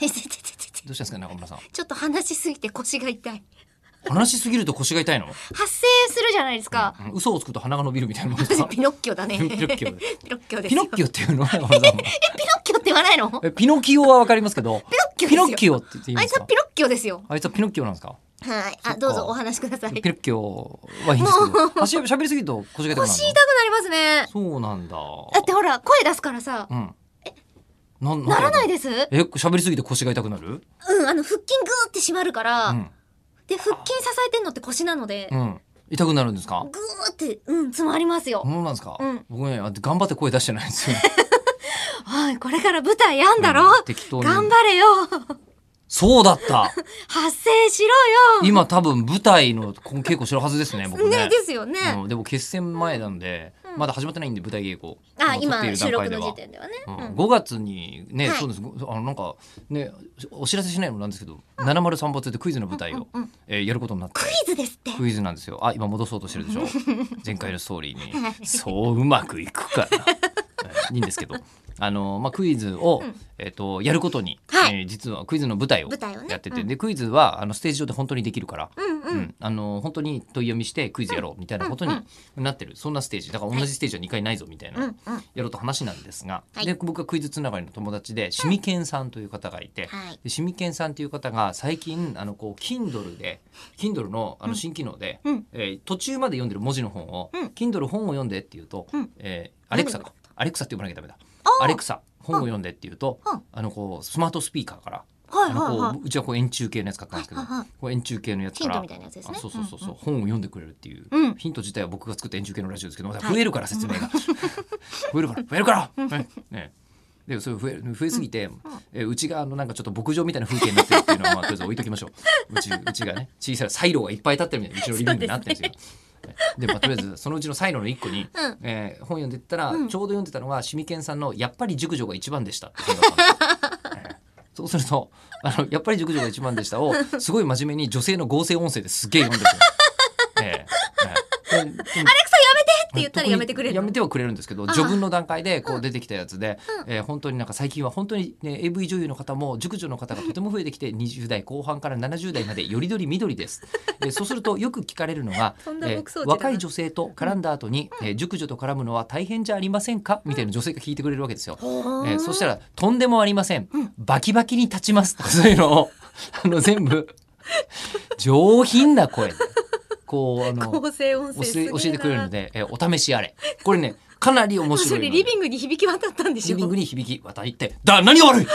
いてててててどうしたんですか中村さん ちょっと話しすぎて腰が痛い。話しすぎると腰が痛いの、発生するじゃないですか。うん嘘をつくと鼻が伸びるみたいなもんですかピノッキオだね。 ピノッキオですピノッキオですピノよッキオっていうのは中村さんもえピノッキオって言わないの？ピノえピノキオはわかりますけどッキオですピよ。ノッキオって言っていいんあでいつすはかピノッキオですよ。あいつはピノッキオなんですかはい。そあっかどうぞお話しください。腰ピ痛ノッキオはいいんですけどあしゃべりすぎると腰が痛くなるのくなりますね。そうなんだだってほら声出すからさう、んなんならないでです？うえ喋りすぎて腰が痛くなるんあの腹筋グーって締まるから、うんで腹筋支えてんのって腰なので、うん痛くなるんですかグーってうん詰まりますよ。そうなんですか、うん僕ねあ頑張って声出してないん ですよはいこれから舞台やんだろ。うん適当に頑張れよ。そうだった発声しろよ。今多分舞台の稽古してるはずですね僕ねねですよね。うん、でも決戦前なんで、うんまだ始まってないんで舞台稽古あ撮っ今ている収録段階でのは時点ではね。ううんん、5月にね、はいそうですごあのなんかねお知らせしないのもなんですけど「703発」ってクイズの舞台を、うんうんえーやることになってクイズですって。クイズなんですよあ今戻そうとして るでしょ前回のストーリーにそううまくいくかなえいいんですけどあの、まあ、クイズを、うんえっとやることに、はいえー実はクイズの舞台を舞台をねやってて、うんでクイズはあのステージ上で本当にできるから、うんう。うんん、あの本当に問い読みしてクイズやろうみたいなことにうんなってる、そんなステージだから同じステージは2回ないぞみたいな、うんうん。はやろうと話なんですが、はいで僕はクイズつながりの友達でシミケンさんという方がいて、い。でシミケンさんという方が最近あのこう Kindle で Kindle のあの新機能で、うんえー途中まで読んでる文字の本を、うん Kindle 本を読んでって言うと、うんえーアレクサ何かアレクサって呼ばなきゃダメだあアレクサ本を読んでって言うと、うんあのこうスマートスピーカーから、はいあはのいはこい。ううちはこう円柱系のやつ買ったんですけど、はいはいはいこう円柱系のやつヒかントらみたいなやつですあね。そうそうそうそう、んん。本を読んでくれるっていう、うんヒント自体は僕が作った円柱系のラジオですけど、ま、はい増えるから説明 が、増えるから増えるから、ねねでそれ増え増えすぎて、えうちがあのなんかちょっと牧場みたいな風景になってるっていうのは、まあ、とりあえず置いときましょう うちうちがね小さなサイロがいっぱい立ってるみたいなうちのリビングになってるんですよ。ねでまあ、とりあえずそのうちのサイロの一個に、うんえー本読んでったら、うんちょうど読んでたのがシミケンさんの「やっぱり熟女が一番でした」って本だったんですよ そうすると、あの、やっぱり熟女が一番でしたを、すごい真面目に女性の合成音声ですげえ読んで くる。ええええってでで言ったらやめてくれるやの。めてはくれるんですけどああ序文の段階でこう出てきたやつで、えー本当になんか最近は本当に、ね、AV 女優の方も熟女の方がとても増えてきて20代後半から70代までよりどり 緑です、えーそうするとよく聞かれるのがそんな牧草地だな若い女性と絡んだ後に、えー熟女と絡むのは大変じゃありませんかみたいな女性が聞いてくれるわけですよ。ほーえーそしたら「とんでもありません、うんバキバキに立ちます」とかそういうのをあの全 部上品な声でこうあの構成音声教すえげ教なえてくれるの。で、えーお試しあれこれねかなり面そ白いれのリでビングに響き渡ったんでしリょ。ビングに響き渡って「だ何が悪い